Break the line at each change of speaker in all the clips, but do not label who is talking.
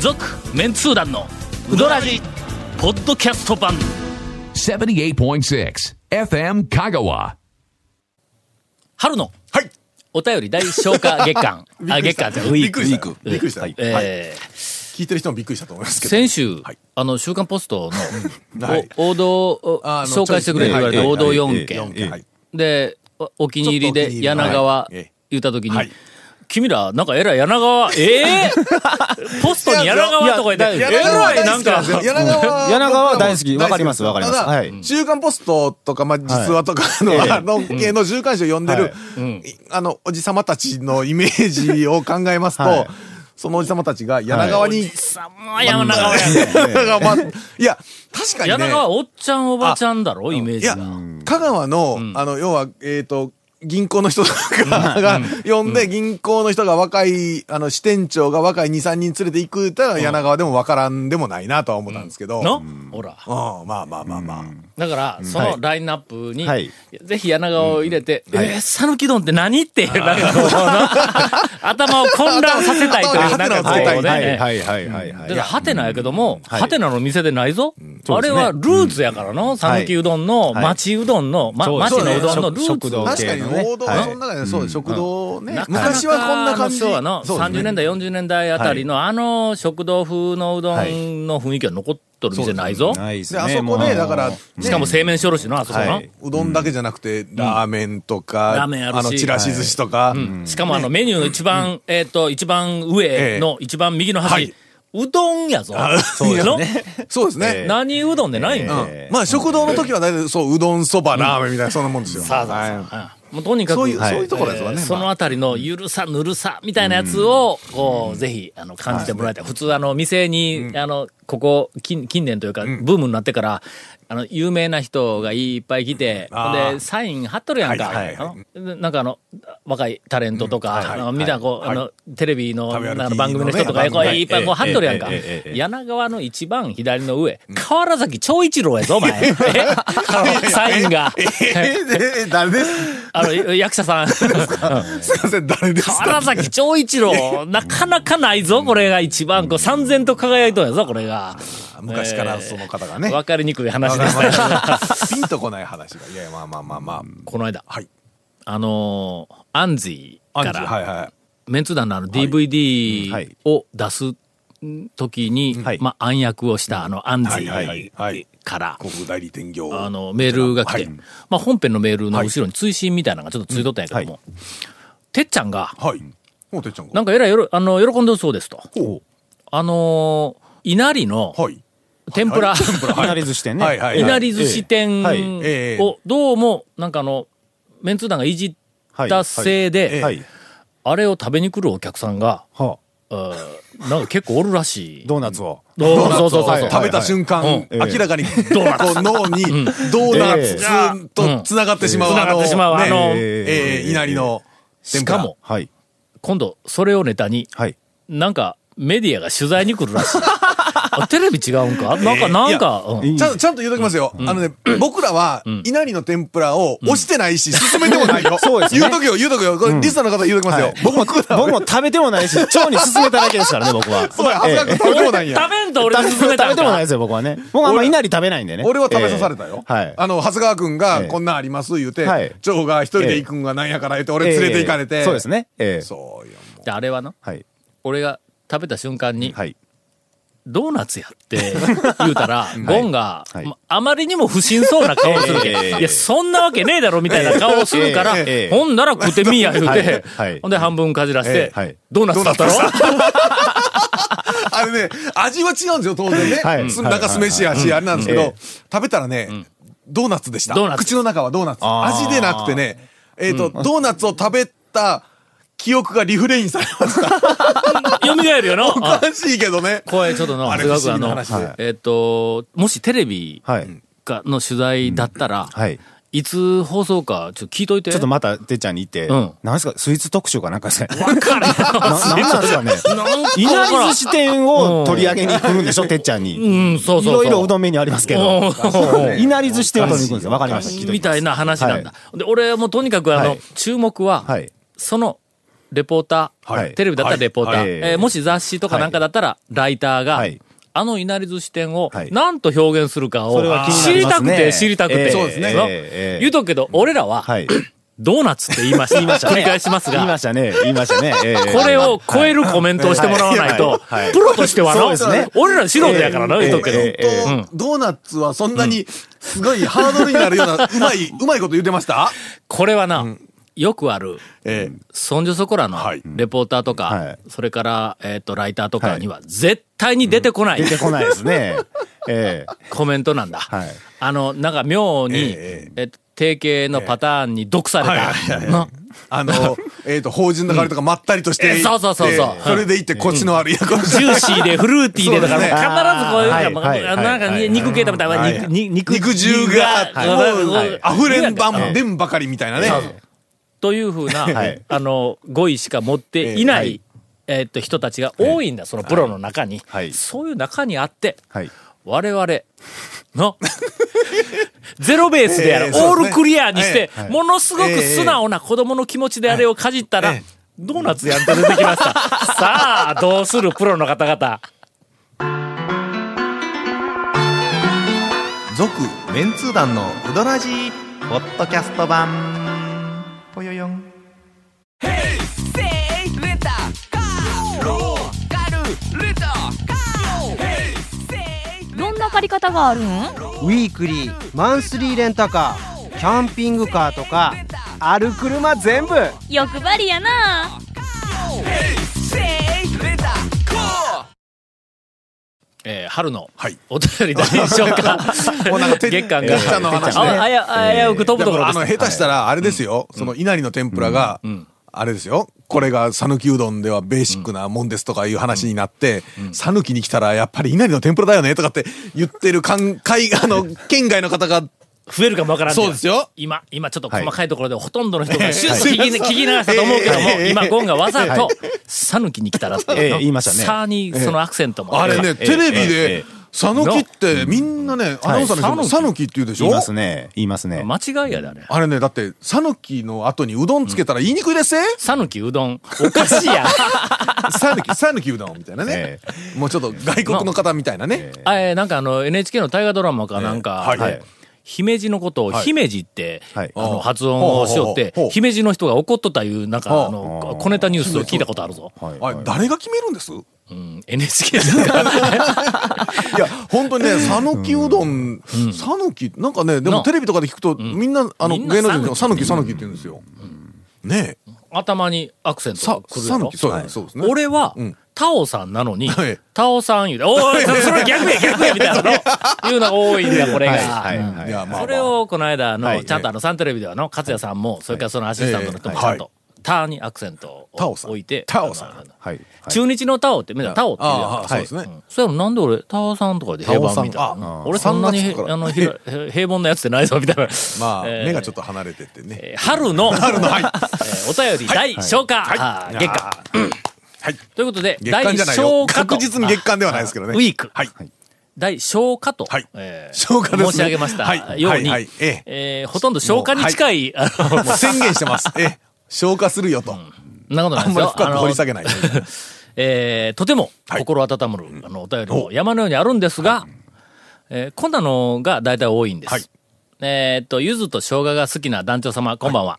続メンツー団のウドラジポッドキャスト版
78.6 FM Kagawa.
春の
はい。
お便り大消化月 間あ月間じゃないウィ
び
ー
っ
ク
くりし
ウィー
た。
ク
びっくりした。はい。
えー
聞いてる人もびっくりしたと思いますけど。
先週、
はい
あの、週刊ポスト の、
はい
お王道を
ああの
紹介してくれって言われて、
はい
王道4
ええ
件。
4件。はい。
で、おお気に入り
ちょっとお気
で
に入りの
柳川
はいええ
言ったときに、
はい
君ら、なんかえらい柳川、ええ ポストに柳川とか言って、え
や
らいなんか、
柳川。
柳川は大好きわかりますわかります
ただ
はい
週刊ポストとか、まあ、実話とか、
はい
あの、あの系の週刊誌を読んでる、いあの、おじさまたちのイメージを考えますと、
はい
そのおじさまたちが柳川
お
に
じ、さんは柳川やね。
柳川まあいや、確かにね。
柳川、おっちゃんおばちゃんだろ、イメー
い
ジ
や
が。、
香川の、あの、要は、えっ、と、銀行の人とかが呼んで、銀行の人が若い、あの、支店長が若い2、3人連れて行くったら、柳川でもわからんでもないなとは思ったんですけど。
のほら。
うん、まあまあまあまあ。
だから、そのラインナップに、
はい
ぜひ柳川を入れて、えー、讃岐丼って何っていう、 なんかこうな頭を混乱させたいという、
頭
なん
に
かこ
ハテナを
う
つけ
ね。
た
はいはいはいはいは
だ
い
から、ハテナやけども、
い
ハテナの店でないぞ。あれはルーツやからの、讃岐うどんの、
はい
町うどんの、ま、
そう
町
です
ね
のうどんのルーツ。
食堂
確かに、王道
はい
のその中で、そう、食堂ね
な。かなか
昔はこんな感じ。
そうやの、
そうですね
30年代、40年代あたりの、あの食堂風のうど
は
んの雰囲気は残っとる店ないぞ。
ないです
で、
ね
あそ
も
こ
う
で、だから、
しかも
ね
製麺所おろしの、あそこの。
はいう
どんだけじゃなくて、ラーメンとか、
ラーメンあるし
の、ちらし寿司とか、
しかもあのメニューの一番、えっ、と、一番上の一番右の端、
はいう
どんやぞ。そう
です
ね。
そうですね。
え
何うどんでないんだ、
うんまあ食堂の時は大体そう、うどん、そば、ラーメンみたいな、そんなもんですよ。
さあさあ
はい
さあもうとにかく、
そういう、
はい
そういうところですわね。
えーその
まあ
あたりのゆるさ、ぬるさ、みたいなやつを、こう、ぜひ、あの、感じてもらいたい。普通、あの、店に、あの、ここ、近近年というか、ブームになってから、あの、有名な人がいっぱい来て、
あー
で、サイン貼っとるやんか。
はいはいは
うんなんかあの、若いタレントとか、なんかみんなこう、あの、テレビの、
食べ歩き
なんか番組の人とか、
のね
こういっぱいこう貼っとるやんか
えええええ。え
柳川の一番左の上、河原崎長一郎やぞ、お 前。えあのサインが、
えー誰です
あの、役者さん。
すいません、誰ですか
原崎長一郎、なかなかないぞ、これが一番、こう、三千と輝いとんやぞ、これが。
昔からその方がね。
わかりにくい話で
わ
す
かり
ね
ま。したピンとこない話が。いやいや、まあまあまあまあ。
この間、
はい。
あのー、アンジー
アン
か
ジーはい
ら、
は
メンツ団のあの
うんはい
DVD を出す時に
はい、
まあ、暗躍をしたあの、アンジ
い。はいはい
ー
はい。
から、
国府代理店業。
あの、メールが来て、
はい
まあ、本編のメールの後ろに追伸みたいなのがちょっとついとったんやけども、てっちゃんが、
はい。もうてっちゃんが
なんかえらいよろ、あの、喜んでるそうですと。
ほ
あのー、稲荷の、
はい。
天ぷら、
いなり寿司店ね
はいはい
いなり寿司店
はい
ええ
を、どうも、なんかあの、メンツー団がいじったせい
ええ
で、
はい
あれを食べに来るお客さんが、
は
えーなんか結構おるらし い。
ドーナツを
そうそうそう
はい
そう。
食べた瞬間、
うん
明らかに、こう
ドーナ
脳にドーナツと繋がってしまう。
うん繋がってしまう
ね
あの
えー、稲荷の天
し
ぷら。
かも、
はい
今度、それをネタに、
はい
なんか、メディアが取材に来るら しい。あテレビ違うんかなんか、なんか、うん
いい
ちゃんと、ちゃんと言うときますよ。あのね、僕らは、稲荷の天ぷらを押してないし、勧めてもないよ。
そうですね
言うときよ、言うときよ。これ、リストの方言うときますよ。僕らは
僕も食べても ないし腸に勧めただけですからね僕は
そうや、恥ずかしく食べてもないんや
食。べんと俺が
食
勧め
べ
たん
てもない
か
ですよ僕はね僕はあんまいなり食べないんでね
俺は食べさされたよ。
ええはい
あの、長谷川くん
え
が、
え
こんなんあります、言うて
はい、
長が一人で行くんがなんやから言って、俺連れて行かれ
え
て。
えそうです。ねええ
そうよ、も
であれはな、
はい
俺が食べた瞬間に、
はい
ドーナツやって言うたら、ゴンが、
はい
まあまりにも不審そうな顔をするけん、
ええ
いや、そんなわけねえだろみたいな顔をするから、
ええええ
ほんなら食ってみいや言うて、
はいはい
ほんで半分かじらして、
ええはい
ドーナツだったろ
う あれね、味は違うんですよ、当然ね。
はい
す中酢飯やし、あれなんですけ
え
ど、食べたらね、ドーナツでした
ドーナ。ツ
口の中はドーナツ。
あー
味でなくてね、えっと、ドーナツを食べた記憶がリフレインされました。
蘇るよ
お
な。
かしいけ どね。
声ちょっとな、
あれ
長谷川君
不思議な
あ
話
の、
で
えっと、もしテレビ
はい
かの取材だったら、
はい
いつ放送か、ちょっと聞いといて。
ちょっとまたてっちゃんに行って
うん
なんですかスイーツ特集かなんかですね
わか るよ。
ななんなんですかねいなり寿司店を取り上げに来るんでしょ、てっちゃんに。
うん、そう
い
そうそ
ろ
う。
いろうどんメニューありますけど。いなり寿司店を取りに行くんですよ。わかりました。聞ときます
みたいな話なんだ。で、俺はもうとにかくあの、
はい
注目は、
はい
その、レポーター、
はい
テレビだったらレポーター、
はい
えーもし雑誌とかなんかだったらライターが、
はい
あのいなり寿司店を
はい
なんと表現するかを
それは気
知
に
り
な
た
り
く
ますね
て知りたくて、
えーそうですね
の
えー
言うとくけど、俺らは、
はい。
ドーナツって言いました。繰り返します
言いま
が、
したね。言いましたね。ええ
これを超えるコメントをしてもらわないと
はいはい、
プロとしては
そう
の
ですね、
俺ら素人やからな、言うとくけど。
ええ
うん
と、ドーナツはそんなに、すごいハードルにな るような、うまい、うまいこと言ってました
これはな、よくある、
え
そんじょそこらの
はい
レポーターとか、
はい
それから、えっ、と、ライターとかには、絶対に出てこない
出てこないですね。え
コメントなんだ。
はい
あの、なんか妙に、え
え
っと定型のパターンに毒され
はい
た。な
あの、えっと、法人の流れとかまったりとし
うん
て。
えそうそうそうそう
でそれでいって、腰のある、いや、こ
ジューシーでフルーティーでだから、
そうです
必
ね
ずこういう
は
の
い
が、
はい
あのなんか
はい
肉系とか、
はい
肉に肉
肉汁が、
はい
もう
はい、
溢れんばんでんばかりみたいなね。
というふうな、
はい
あの、語彙しか持っていな、
ええはい
えっと、人たちが多いんだ、そのプロの中に。
はい
そういう中にあって、
えはい。
我々、の、ゼロベースである、
ええそう
オー
ですね
ルクリアにして、
はい
ものすごく素直な子供の気持ちであれをかじったら、
ええ
ドーナツやんと出て きました。さあ、どうするプロの方々。
続メンツー団のウドラジーポッドキャスト版ぽよよん
どんな借り方があるん
ウィークリーマンスリーレンタカーキャンピングカーとかある車全部
欲張りやな
えー春の
はい
お便り大丈夫 か
もうなんかて
月間
て
が
っちゃんの話ね
ああやあやうく飛ぶと
だか
ころ
ら
で
あ
す
の、下手したら、あれですよ、その、稲荷の天ぷらが、あれですよ、これが讃岐うどんではベーシックなもんですとかいう話になって、讃岐に来たらやっぱり稲荷の天ぷらだよねとかって言ってる関海、あの、県外の方が、
増えるかもわからんけど
そうですよ
今今ちょっと
はい
細かいところでほとんどの人がシュッ
はい
聞き,、聞き流したと思うけども、
ええ
今ゴンがわざ
は
と「讃岐に来たら」って
え
いう
え
の
言いましたね
さあにそのアクセントも
あれ
え
ね、
ええ
テレビ
ええ
で、讃岐ってみんなね、アナウンサーの人も讃岐って言うでし
言い
ょ
ますね。言います
え
ね。
間違いやであれ
あれね、だって、讃岐の後にうどんつけたら言いにくいですね。
讃岐うどんおかしい やん
讃岐、讃岐うどんみたいなね
え。
もうちょっと外国の方みたいなね。
あえーなんかあの NHK の大河ドラマかなんか、
ええはい
はい姫路のことを姫路って、
はい
あの
あ
発音をしよっ
ほうほう
て
ほうほう
姫路の人が怒っとったいうなんかあ
ほ
の
う
小ネタニュースを聞いたことあるぞ、
はい
あれ誰が決めるんです
うん NHK なんか
いや、本当にね、讃岐うどん、讃岐、なんかね、で
な
もテレビとかで聞くと、みんな、あの、
みんな
芸能人の人
讃
讃
岐
岐、讃岐って言うんですよ。ねえ、
頭にアクセン
さ
ト、くるや
讃
ろ
岐、そうですそうですね。
俺は
うん、
タオさんなのに
はい、
タオさん言うて、おい、それそれ逆や、逆や、みたいなの、言うのが多いんだよ、これ
はい
が。
は
う
い
ん
はいい
や、まあ
そ
ま
れ
あ、
を、この間、あ
は
の、
い
ちゃんとあの、サンテレビではの、勝也さんも、それからそのアシスタントの人も、
ええ
ちゃんと
は、
ターにアクセント
タ
を
オさん
置いて、
タオさん
あのあの
はい。
中日のタオって、みんなタオって言うやん
ああ、そうですね。
そやろなんで俺、タオさんとかで平板みたい
タオさん
な
あ。
俺そんなにへ、
三月から
あの、ひら へ平凡なやつってないぞ、みたいな。
まあ、
えー
目がちょっと離れてってね。
えー春の、春の、お便り大消化、あー月間。
はい。
ということで、
月間じゃないよ。確実に月間ではないですけどね。
ウィーク。
はい。
大消化と、
はい
えー
消化ですね
申し上げました、
はい
ように、
はいはいええ
えーほとんど消化に近い、あの
もう宣言してます。ええ、消化するよと。
そんなことない
あ
で
ん
す
まり
よ。
深く掘り下
あの
げない。
えーとても
はい
心温まる、あのお便りも山のようにあるんですが、えーこんなのが大体多いんです。
はい
えーっと、ゆずと生姜が好きな団長様、こんばんは。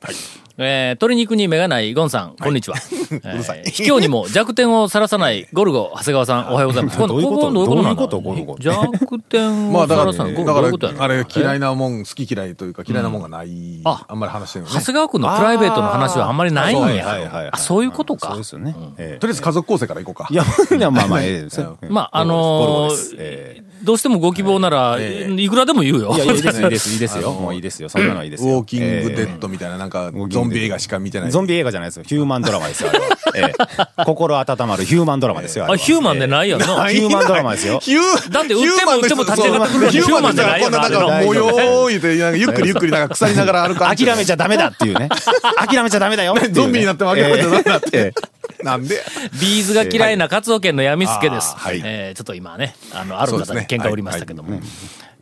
えー鶏肉に目がないゴンさん、こんにちは。えー
るさい
卑怯にも弱点をさらさないゴルゴ、長谷川さん、おはようございます。こ
どういうこと
こどういうことなんだろう
どういうこと
弱点
ま
を
あ、だ
さ
から
さない。ゴルゴどういう
ら、
こと
だ
や
から、
ろ
あれ嫌いなもん、好き嫌いというか嫌いなもんがない。
あ
あんまり話してるの
長
ね。
谷川君のプライベートの話はあんまりないん
はいはいはいはい
や。あそういうこと
そう
か
で。すよね。ええ
とりあえず家族構成からいこうか。
いや、いやまあまあ、ええ ですよ。
まあ、あの
ゴルゴですええ
ー、どうしてもご希望なら、いくらでも言うよ。
いや、い いです、いいです、いいですよ。もういいですよ。そんなのはいいです
ウ
よ。
ォーキングデ
え
ッドみたいな、なん
え
か
ウォー、キン
ゾン
グデッド
ビ映画しか見てな
え
い。
ゾンビ映画じゃないですよ。ヒューマンドラマですよ、あれは。ええ心温まるヒューマンドラマですよ。れ
あ、
は
ヒューマンで
え
ないやんな。
えヒューマンドラマです よ。
ヒュー
だって打っても打っても立ち上がってくるのに
ヒュ
ヒュ
ーマン
ーマンじ
だ
ゃな
か
いよ
ら、こんな
な
なんか、模
あれ
様言うて、なんかゆっくりゆっくり、なんか腐りながら歩かん
諦めちゃダメだっていう ね。諦めちゃダメだよっていうね。
ゾンビになっても諦めちゃダメだって
ええ。
なんで、
ビーズが嫌いな活動圏の闇助です。
はい
えーちょっと今ね、あの、ある
そうです
方に
ね
喧嘩おりましたけども。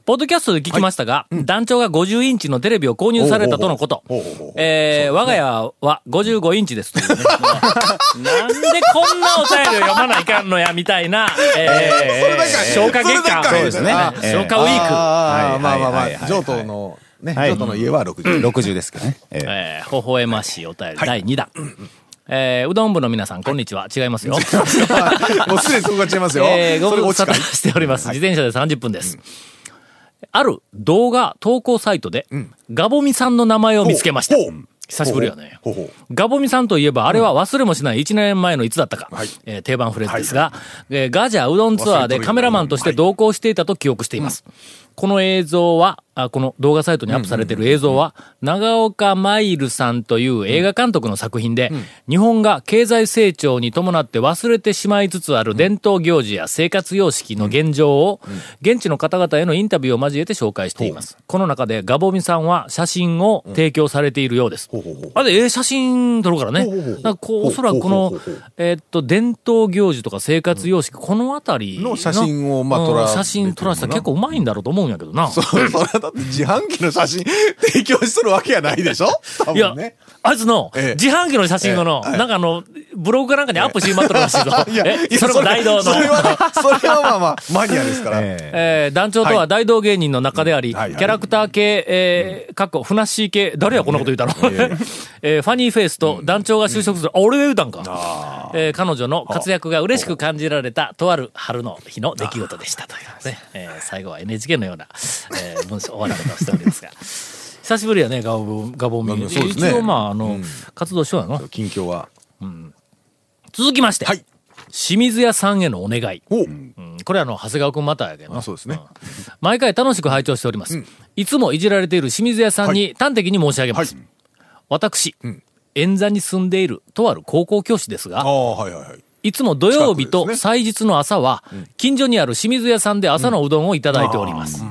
ポッドキャストで聞きましたが、団長が50インチのテレビを購入されたとのこと
ほうほうほうほうほう。
えー、我が家は55インチですというね。 なんでこんなお便りを読まないかんのや、みたいな、え
だけは
ー、消化月間。
それだけは
ですね
あ
えー
消化ウィーク。
ああ、まあ
はい
まあま
はいはいは
あ、
い
上等の、ね、
はい
上等の家は60。
60ですけどね。ええ
えー、微笑ましいお便り、第2弾。えー、うどん部の皆さん、こんにちは。違い ますよ。
もうすでにそこが違いますよ。
えー、ご
それが
無
落
沙
ちか
汰しております。自転車で30分です。ある動画投稿サイトで、ガボミさんの名前を見つけました
ほうほう。
久しぶりやね。
ほうほう
ガボミさんといえば、あれは忘れもしない1年前のいつだったか、えー定番フレーズですが、えーガジャうどんツアーでカメラマンとして同行していたと記憶しています。この映像は、あこの動画サイトにアップされている映像は、長岡マイルさんという映画監督の作品で、日本が経済成長に伴って忘れてしまいつつある伝統行事や生活様式の現状を、現地の方々へのインタビューを交えて紹介しています。この中でガボミさんは写真を提供されているようです。あれ、ええ写真撮るからね。なんかこう、おそらくこの、えーっと、伝統行事とか生活様式、このあたり
の写真をまあ
うん
撮られてるもん
写
な
真撮らせたら結構うまいんだろうと思うんやけどな。
それはだって自販機の写真提供しとるわけやないでしょ多
いや
分ね。、
あいつの、
ええ
自販機の写真をの、なんかあの、ブログかなんかにアップしてまっとるらしいぞ
。いやい
え、
や
それも大道の
そ。れはね、それはまあまあ、マニアですから。
え
え
え
ー団長とは大道芸人の中であり、
はいはい
キャラクター系、えー、かっこ、ふなっしー系、誰やこんなこと言うたの、 えーファニーフェイスと団長が就職する、あ、俺が言うたんか。えー彼女の活躍が嬉しく感じられた、とある春の日の出来事でしたというね、えー最後は NHK のような、えー文章、終わり方をしておりますが。 久しぶりやね、ガボ、ガボミ。
まあそうですね
一応、まあ、あの、活動しようやな。
近況は。
続きまして、
はい
清水屋さんへのお願い。う
お
んこれあの、長谷川くんまたやけどな
あそうですね。
毎回楽しく拝聴しております。いつもいじられている清水屋さんに端的に申し上げます。私、円座に住んでいるとある高校教師です
あ
が、
あ、はいはいはい。
いつも土曜日
近く
と
です
祭日の朝は、近所にある清水屋さんで朝のうどんをいただいております。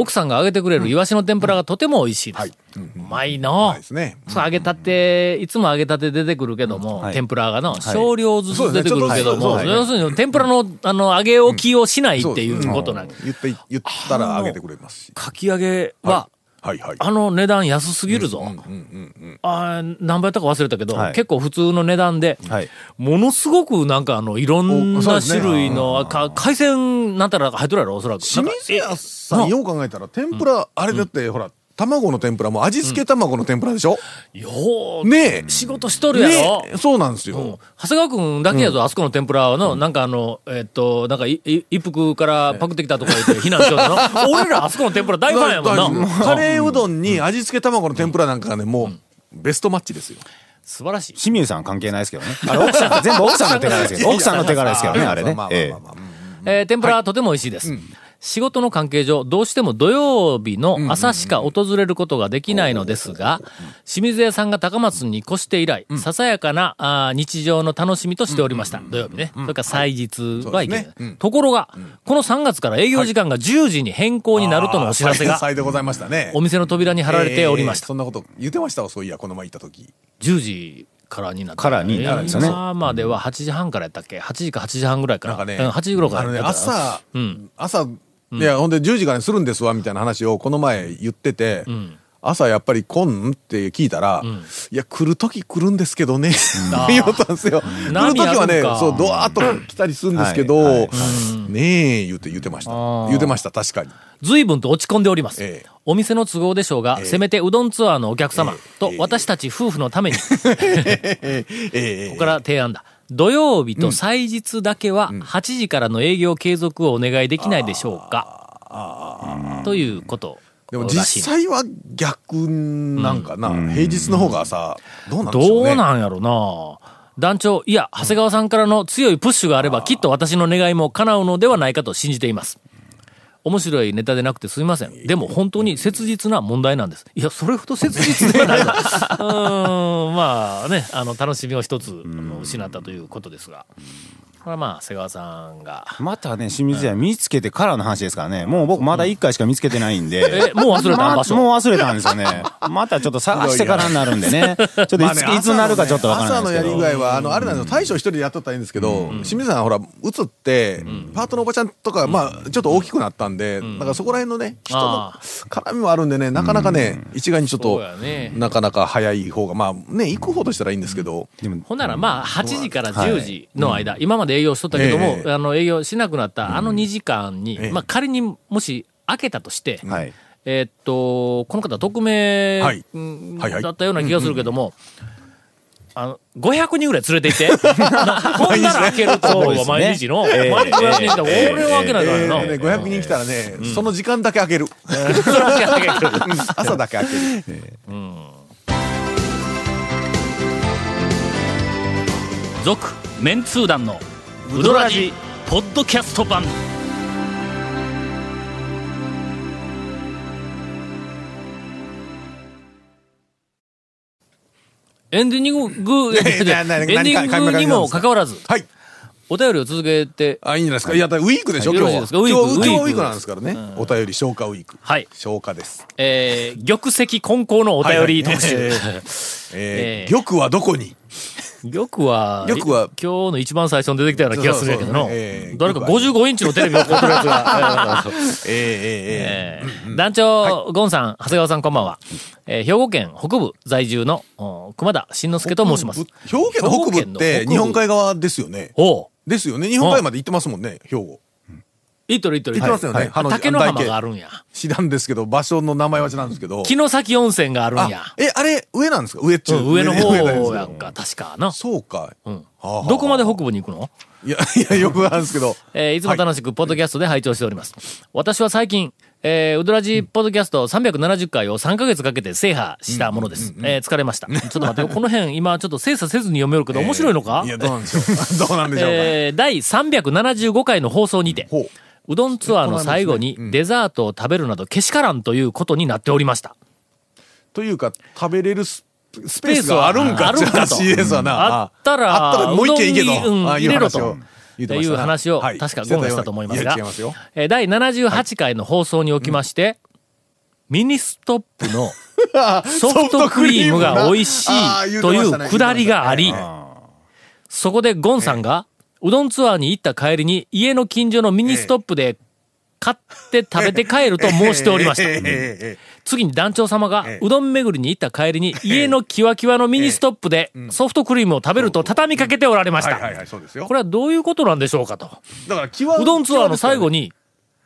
奥さんが揚げてくれるイワシの天ぷらがとても美味しいです。うまいの
ないですね。
そう揚げたて、いつも揚げたて出てくるけども、天ぷらがの、少量ずつ出てくるけども、
そうですねちょっとはい
要するに天ぷらの、あの、揚げ置きをしないっていうことなんで
言って、言ったらあげてくれますし。
かき揚げは、
はいはい。
あの値段安すぎるぞ。あー何倍やったか忘れたけど、
はい
結構普通の値段で、
はい
ものすごくなんかあの、いろん
おそう
な
ですね
種類の、か海鮮なんたら入っとるやろ、おそらく。
清水屋さん、よう考えたら、天ぷら、あれだって、ほら、卵の天ぷらも味付け卵の天ぷらでしょ
よう、
ね
仕事しと
え。
るやろ。
ねえそうなんです
うん
よ。
長谷川君だけやぞ、あそこの天ぷらの、なんかあの、えっと、なんかい、い一服からパクってきたとか言って避難しようの。俺らあそこの天ぷら大ファンやもんな。
カレーうどんに味付け卵の天ぷらなんかがね、もう、ベストマッチですよ。
素晴らしい。
清水さん関係ないですけどね。あれ奥さん、全部奥さんの手柄 ですけど、奥さんの手柄ですけどね、あれね
ま。あまあ
え
まあまあまあ。
えー天ぷらはとても美味しいです。仕事の関係上、どうしても土曜日の朝しか訪れることができないのですが、清水屋さんが高松に越して以来、ささやかなあー日常の楽しみとしておりました。土曜日ね。それから祭日は行けない。
そうですねうん
ところが、この3月から営業時間が10時に変更になるとのお知らせ
あー
が、
再でございましたね。
お店の扉に貼られておりまし
えー
た。
そんなこと言ってましたわ、そういや、この前行った時。
10時からになった。
からになるんですよね
今までは8時半からやったっけ ?8 時か8時半ぐらいか
な
ら。
んかね、
うん8時ぐらいから
あのね、
やったかな
朝、
ん
朝、いや、ほんで10時からにするんですわ、みたいな話をこの前言ってて、朝やっぱり来んって聞いたら、いや、来る時来るんですけどね、って言ったんですよ。来る時は
波ある
ね
んか、
そう、ドワーッと来たりするんですけど、
はいはい
ねえ、言うて言うてました。言うてました、確かに。
随分と落ち込んでおります。
ええ
お店の都合でしょうが、せめてうどんツアーのお客様と私たち夫婦のた めに、こ
え
こ
え
から提案だ。土曜日と祭日だけは8時からの営業継続をお願いできないでしょうか。ということ
でも
らしい
実際は逆なんかな、平日の方がさ、どうなんでしょ
ど
うね。
うなんやろな。団長、いや、長谷川さんからの強いプッシュがあれば、きっと私の願いも叶うのではないかと信じています。面白いネタでなくてすみません。でも本当に切実な問題なんです。いや、それほど切実ではないな。う ーん、まあね、あの、楽しみを一つあの失ったということですが。これはまあ、瀬川さんが。
またね、清水屋見つけてからの話ですからね。もう僕まだ1回しか見つけてないんで。
えもう忘れた
ま
場所
もう忘れたんですよね。またちょっと探してからになるんでね。ちょっとい
まあ
つ
ね
いつになるかちょっとわからない
朝
で
の
す
や
け
り
ど
具。合は、あの、あれなんですよ、大将一人でやっとったらいいんですけど、清水さんほら、映って、パートのおばちゃんとか、まあ、ちょっと大きくなったんで、だからそこら辺のね、人の
あ
絡みもあるんでね、なかなかね、一概にちょっ
そう
と
や、ね。
なかなか早い方が、まあね、行く方としたらいいんですけど、
でも
ほんならまあ、8時から10時の間、今まで営業しとったけども
え、え
あの、営業しなくなったあの2時間に
ええ、
まあ、仮にもし開けたとして、
はい。
えーっと、この方、匿名
はい
うん
はいはい
だったような気がするけども、あの、500人ぐらい連れて行って、 こんなら開けるところは毎日の、
ええ
毎日500人だ、
ええ
俺は開けないから
え
な。
ーね500人来たらね、その時間だけ開ける。
それは開けないけど
朝だけ開ける。
続メンツー団のウドラジポッドキャスト版エンディングエンデ
いやいやなな
ィングにもかかわらず
はい。
お便りを続けて
あ、いいんじゃないですか。いや、だからウィークでしょ、
はい
今日
よろ。しい
は
ですか
今日、
ウィーク
今日
ウィーク
ウィークなんですからね。お便り消化ウィーク。
はい
消化です。
えー玉石混交のお便り特集、
はいはい
え
え
ー
ー、玉はどこに
玉は、
玉は
今日の一番最初に出てきたような気がするんやけど
そ
の、
うそうそうええ
誰か
玉はね
55インチのテレビを買うてるやつ が、えー
えー、えー、え
えー団長、ゴンさん、長谷川さん、こんばんは。えー兵庫県北部在住のお熊田慎之介と申します。
ー。兵庫県の北部って日本海側ですよね。
おう
ですよね。日本海まで行ってますもんね、兵庫。
いっとるいっとる。
行ってますよね
はい
あの
竹の浜
台形
があるんや。
知らんですけど、場所の名前は知らんですけど。
城崎温泉があるんや
あ。、え、あれ、上なんですか上っちゅ
う
うん
上の方
上なんです
や
よ
んか、確かな。
そうか。
うん
はあはあ
どこまで北部に行くの
いや、いや、よくあるんです けど。
えーいつも楽しく、ポッドキャストで拝聴しております。私は最近、えー、ウドラジポッドキャスト370回を3ヶ月かけて制覇したものです。えー疲れました。ちょっと待ってよ、この辺、今、ちょっと精査せずに読めるけど、面白いのか
いや、どうなんでしょ う。どうなんでしょうか。
えー第375回の放送にて
ほう、
うどんツアーの最後にデザートを食べるなどけしからんということになっておりました。
というか、食べれるススペースはあるんか
あるん かと
っていう話ですわな。
あったら
あったらもう一軒行け
うど
と。
んにうん
ああい
入れ
う
ろ
話
と
を
っ
言って
てい
ました
う
な
話を
はい
確かゴンがしたと思います
いや
が
違いますよ。、
えー第78回の放送におきまして、ミニストップのソフトクリームが美味 しいというくだりがあり、そこでゴンさんが、うどんツアーに行った帰りに家の近所のミニストップで買って食べて帰ると申しておりました。次に団長様が、うどん巡りに行った帰りに、家のキワキワのミニストップで、ソフトクリームを食べると畳みかけておられまし
はいはいは
た。
い、そうですよ
こ。れはどういうことなんでしょうかと。
だから、際
うどんツアーの最後に、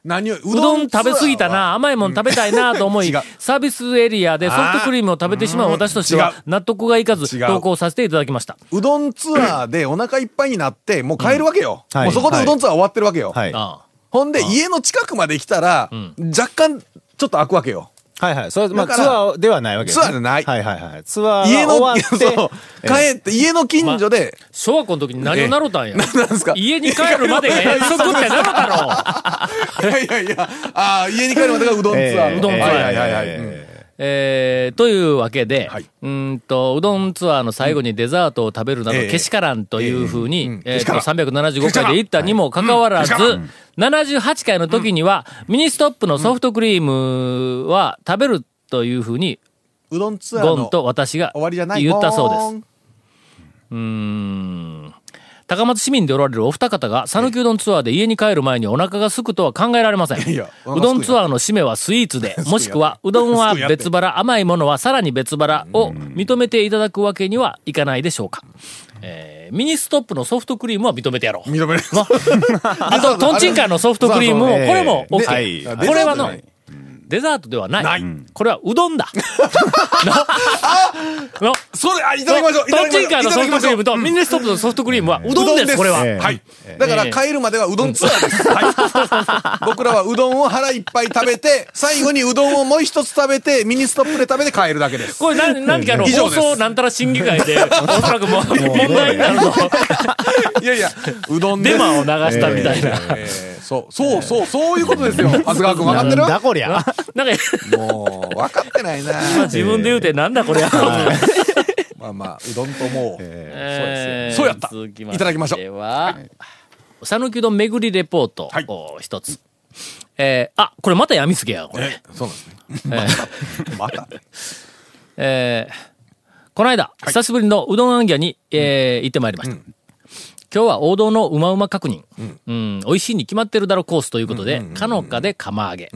何を、う
うどん食べ過ぎた
ツアーは。
な、甘いもん食べたいなと思い
違う、
サービスエリアでソフトクリームを食べてしまう私としては
違う、
納得がいかず、
違う
投稿させていただきました。
うどんツアーでお腹いっぱいになって、もう帰るわけよ。
うんはい
もうそこでうどんツアー終わってるわけよ。
はい。
あ
ほんで、家の近くまで来たら、若干、ちょっと開くわけよ。
はいはい。それ、まあ、
だ
ツ
から
アーではないわけですね
ツアーじゃない
はいはいはい。ツアー
家
が
の、
終わって、
そう帰って、家の近所で、
あ小学校の時に何を習ったんや。
なんですか
家に帰るまでが約束ってなかったろ。
いやいやいや、ああ、家に帰るまでがうどんツアーの。
うどんツアー
はいはいはいはい。うん
えーというわけで、
はいう
ーんと、うどんツアーの最後にデザートを食べるなど、
ええ
けしからんというふうに、え
うん
ー
けしからん
と375回で行ったにもかかわらず、78回の時には、ミニストップのソフトクリームは食べるというふうに、
うどんツアー
ゴン
の
と
終
私が
わりじゃない
言ったそうです。
す。
高松市民でおられるお二方が、讃岐うどんツアーで家に帰る前にお腹が空くとは考えられません。
いやお腹
うどんツアーの締めはスイーツで、もしくは、うどんは別腹、甘いものはさらに別腹を認めていただくわけにはいかないでしょうか。えーミニストップのソフトクリームは認めてやろう。
認める。
なあと、トンチンカンのソフトクリームも、こ
そうそう
れも
ええ
OK。
はい
あこれはの
デザートじゃな
デザートではな
い、
い。
ない
これはうどんだ。のの
それ、あ、いただきましょう。いた
ト
だ
ン
きま
チ
しょ
ン
う
カンのソフトクリームと
い
ミニストップのソフトクリームはう
ただきましょう
どんです、これは。
ええ
はい。だから帰るまではうどんツアーで す。はい。僕らはうどんを腹いっぱい食べて、最後にうどんをもう一つ食べて、ミニストップで食べて帰るだけです。
これ何、何かの
以上
放
です
送なんたら審議会 で、おそらくもう問題になるの、
いやいや、うどんで
デ
す。
マを流したみたいな。
えーそう、そう、そう、そういうことです よ。長谷川君分かってる
なんだこりゃ。
なんか、
もう、分かってないな。
自分で言うてなんだこれ
まあまあ、うどんとも
そ
う。
う
そうやった
続きま
いただきましょう
では、讃岐うどん巡りレポート
はい
を一つ。えーあ、これまた闇すげや、これ。
そうなんですね。
また。えーこの間、久しぶりのうどんあんぎゃに、えー行ってまいりました。今日は王道のうまうま確認。うん、美味しいに決まってるだろコースということで、かのかで釜揚げ。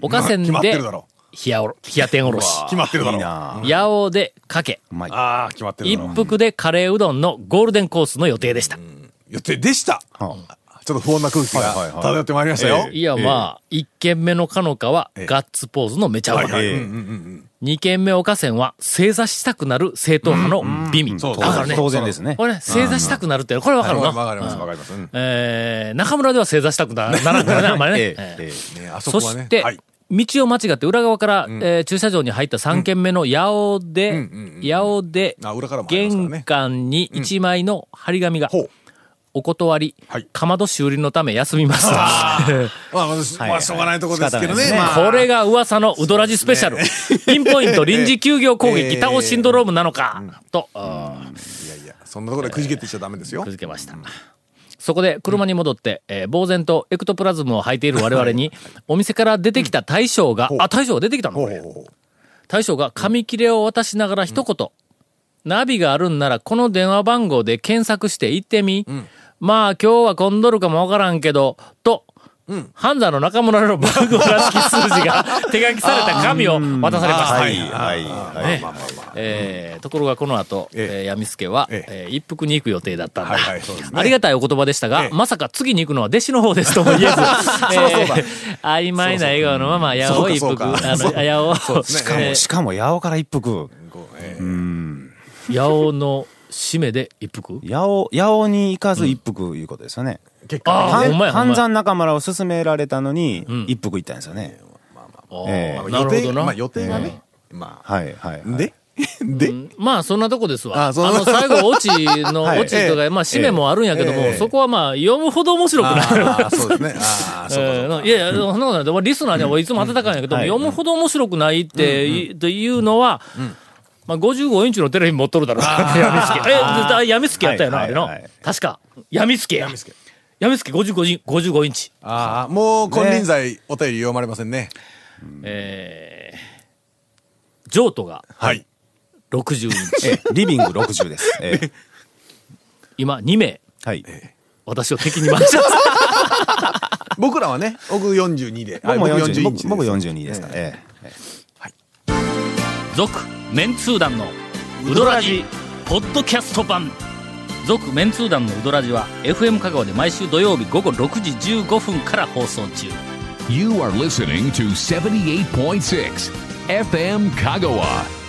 おかせん
決まって
で
るだろ。
冷やおろ、冷や天おろし。
決まってるだ
いい
ろ。
なあ
八尾でかけ。
うまい。
ああ、決まってる
一
だろ。
服でカレーうどんのゴールデンコースの予定でした。
予定でした。
はあ
ちょっと不穏な空気が
はいはいはい
漂ってまいりましたよ。
いや、まあ、一軒目のかのかは、
ええ
ガッツポーズのめちゃうま。
はい
ええ
うんうんうん
二軒目おかせんは、正座したくなる正統派の美味。
そう
だからね、
当然ですね。
これね、正座したくなるっていうのこれわかるな。
わかります、わかります。うん
えー、中村では正座したくなならんからね、あんま りね。
ええ
ええ
ええ
ねあそ
そ
こはね。
して、
はい
道を間違って裏側から、えー駐車場に入った3軒目の八尾で、
うんうんうん
八尾で、
あ裏からもありますからね
玄関に1枚の張り紙が、
ほう。
お断り、
はい
かまど修理のため休みます。
まあ、まあまあ、しょうがないとこですけど
仕方
ね。
ないですね
まあ
これが噂のウドラジスペシャル。ピンポイント臨時休業攻撃、
ええ
タオシンドロームなのか、と、あー
いやいや、そんなところでくじけていっちゃダメですよ。
続けました。そこで車に戻って、えー呆然とエクトプラズムを履いている我々に、お店から出てきた大将が、あ、大将が出てきたのこ
ほうほ
れ
うほ
大将が紙切れを渡しながら一言、ナビがあるんならこの電話番号で検索して行ってみ、まあ今日は混んどるかもわからんけど、と、ハンザーの中村の番号らしき数字 が手書きされた紙を渡されました。
はい、はい、はい。
ねえーところがこの後、え
え
ー、闇助は、
え
えー一服に行く予定だったんだ。
はいはいそうですね
ありがたいお言葉でしたが、
ええ
まさか次に行くのは弟子の方ですとも言えず、えー曖昧な笑顔のまま、やお一
そう
服、
かそうか
あの、やお、
しかも、しかも、八尾から一服。
うこうええ
八尾の締めで一服
八尾、八尾に行かず一服いうことですよね。
結
あ
果、
ーほんまやほんま
半
や
山中村を勧められたのに
ん、
一服行ったんですよね。
あ
ええ
ー
まあ
なるほ
予定
どな。
まあ、予定がね。ま
はい、はい。
あ、
はい
でで
まあそんなとこですわ。あ
あそんな
の最後、オチ の、
はい
オチとか、
ええ
まあ締めもあるんやけども、
ええ
そこはまあ読むほど面白くない。
ああ、そうですね。ああ、そうかそうか。
ええいやいや、そんなことない。でもリスナーにはいつも温かいんやけど、
うんはい
読むほど面白くないってい、というのは、まあ55インチのテレビ持っとるだろう。 やみつけ。え、だやみつけやったよな、
は
あ
い
れ
はい
の
はい。
確か。やみつけや。やみつけ55イン55インチ。
ああ、もう、金輪際、お便り読まれませんね。
えー、譲渡が
はい。
60インチ。
ええリビング60です。ええ
今、2名、
はい。
私を敵に回します。
僕らはね、僕42で。
僕も
あ
40、
です
僕僕42ですから。ええ
続メンツー団のウドラジポッドキャスト版続メンツー団のウドラジは FM 香川で毎週土曜日午後6時15分から放送中
You are listening to 78.6 FM Kagawa.